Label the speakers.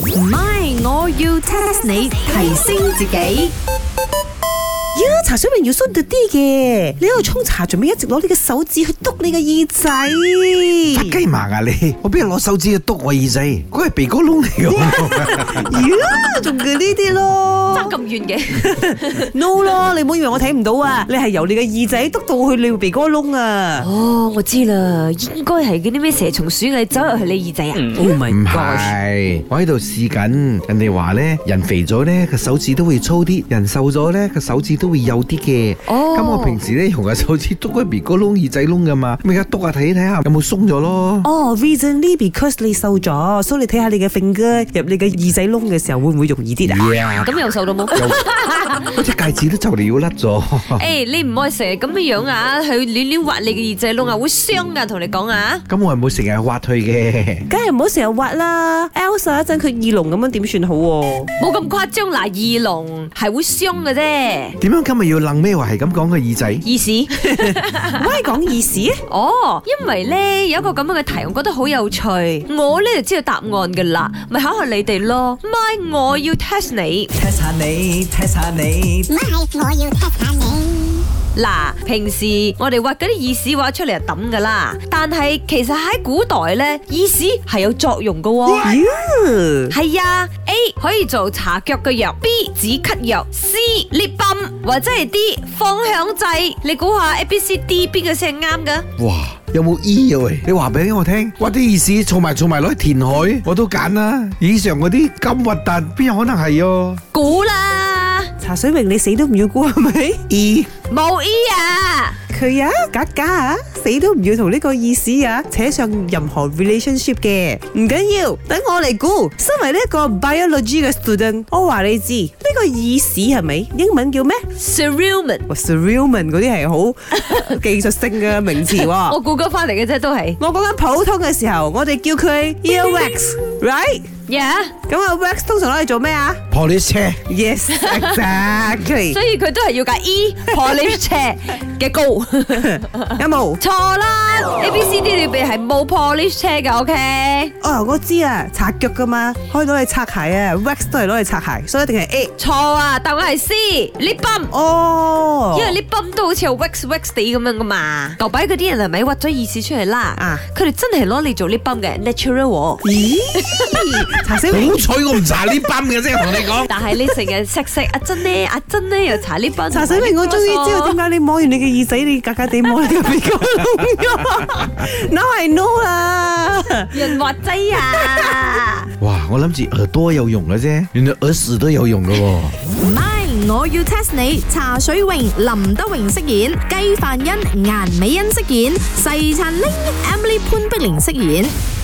Speaker 1: 唔係，我要 test 你提升自己。
Speaker 2: 呀，茶水明要酸到啲嘅，你喺度沖茶，做咩一直攞你嘅手指去督你嘅耳
Speaker 3: 發
Speaker 2: 仔？
Speaker 3: 雞盲啊你！我邊度攞手指去督我耳仔？嗰係鼻哥窿嚟嘅。
Speaker 2: 呀，仲叫呢啲
Speaker 4: 爭
Speaker 2: 咯
Speaker 4: 咁遠嘅，
Speaker 2: ，no 咯，你唔好以為我睇唔到啊，你係由你嘅耳仔督到去你個鼻哥窿啊。
Speaker 4: 哦，我知啦，應該係嗰啲咩蛇蟲鼠蟻走入去你耳仔啊！
Speaker 2: Oh my
Speaker 3: 唔
Speaker 2: god！
Speaker 3: 係，我喺度試緊。人哋話咧，人肥咗咧個手指都會粗啲，人瘦咗咧個手指都會幼啲嘅。
Speaker 4: 哦
Speaker 3: 咁我平時咧用個手指督個鼻哥窿、耳仔窿噶嘛，咁而家督下睇睇下有冇鬆咗咯。
Speaker 2: 哦，reasonly Oh, because 你瘦咗，所以你睇下你嘅 finger 入你嘅耳仔窿嘅時候會唔會容易啲啊？
Speaker 3: Yeah，
Speaker 4: 咁又瘦到冇？
Speaker 3: 又嗰隻戒指都就嚟要甩咗。
Speaker 4: 誒，你唔可以成日咁嘅樣啊，去亂亂挖你嘅耳仔窿啊，會傷噶，同你講啊！
Speaker 3: 咁我係冇成日挖佢嘅。
Speaker 2: 梗係唔好成日挖啦，Elsa 一陣佢耳聾咁樣點算 好喎？
Speaker 4: 冇咁誇張，嗱，耳聾係會傷嘅啫。
Speaker 3: 點樣今日要楞咩話係咁講個耳仔？
Speaker 4: 意思？
Speaker 2: 我係講耳屎啊！
Speaker 4: 哦，因為咧有一個咁樣嘅題，我覺得好有趣，我咧就知道答案噶啦，咪考下你哋咯。咪我要 test 你。
Speaker 5: test 下你，test 下你
Speaker 6: My，我要 test 下你。
Speaker 4: 嗱，平時我哋挖嗰啲耳屎挖出嚟就抌噶啦，但係其實喺古代咧，耳屎係有作用噶喎、
Speaker 2: 呀
Speaker 4: 係啊，A 可以做搽腳嘅藥，B 止咳藥，C 裂泵或者係 D 芳香劑。你估下 A、B、C、D 邊個先係啱噶？
Speaker 3: 哇，有冇 E 啊喂？你話俾我聽，哇啲意思儲埋儲埋攞去填海，我都揀啦。以上嗰啲咁核突，邊有可能係哦
Speaker 4: 估啦，
Speaker 2: 茶水榮你死都唔要估係咪？
Speaker 3: ？E
Speaker 4: 冇 E 啊！
Speaker 2: 佢啊，格格啊，死都唔要同呢個意思啊扯上任何 relationship 嘅，唔緊要，等我嚟估。身為呢一個 biology 嘅 student，我話你知呢、個耳屎係咪英文叫咩
Speaker 4: s e r e u m
Speaker 2: 哇 s e r e u m a n 嗰啲係 好技術性嘅名詞喎、
Speaker 4: 我估咗翻嚟嘅啫，都係。
Speaker 2: 我講緊普通嘅時候，我哋叫佢 earwax，right？
Speaker 4: 呀、
Speaker 2: 咁啊，wax 通常攞嚟做咩啊
Speaker 3: police 車，
Speaker 2: ？Yes，exactly
Speaker 4: 所。以佢都係要揀 E polish 車嘅高。
Speaker 2: 有冇？
Speaker 4: 錯啦，A、B、C、D 裏邊係冇 polish 車嘅，OK？
Speaker 2: 哦，我知啊，擦腳噶嘛，可以攞嚟擦鞋啊，wax 都係攞嚟擦鞋，所以一定係 A。
Speaker 4: 錯啊，答案係 C lip balm，
Speaker 2: 哦，
Speaker 4: 因為 lip balm 都好似有 wax wax 地咁樣噶嘛。舊擺嗰啲人係咪屈咗耳屎出嚟啦
Speaker 2: 啊？哦
Speaker 4: 佢哋真係攞嚟做 lip balm 嘅 natural 喎。
Speaker 2: 咦，查死
Speaker 3: 好
Speaker 2: 我，
Speaker 3: 彩我唔查呢班嘅啫，同你講。
Speaker 4: 但係你成日錫錫阿珍呢，阿珍呢又搽 lip balm，
Speaker 2: 查死明，我終於
Speaker 4: 啊
Speaker 2: 知道點解你摸完你嘅耳仔，你格格地摸你嘅鼻哥窿 咗。Now I know 啦，
Speaker 4: 潤滑劑啊！
Speaker 3: 哇，我諗住耳朵有用嘅啫，原來耳屎都有用嘅喎。
Speaker 1: 唔係，我要 test 你。茶水榮、林德榮飾演，雞凡欣、顏美欣飾演，細陳玲、Emily 潘碧玲飾演。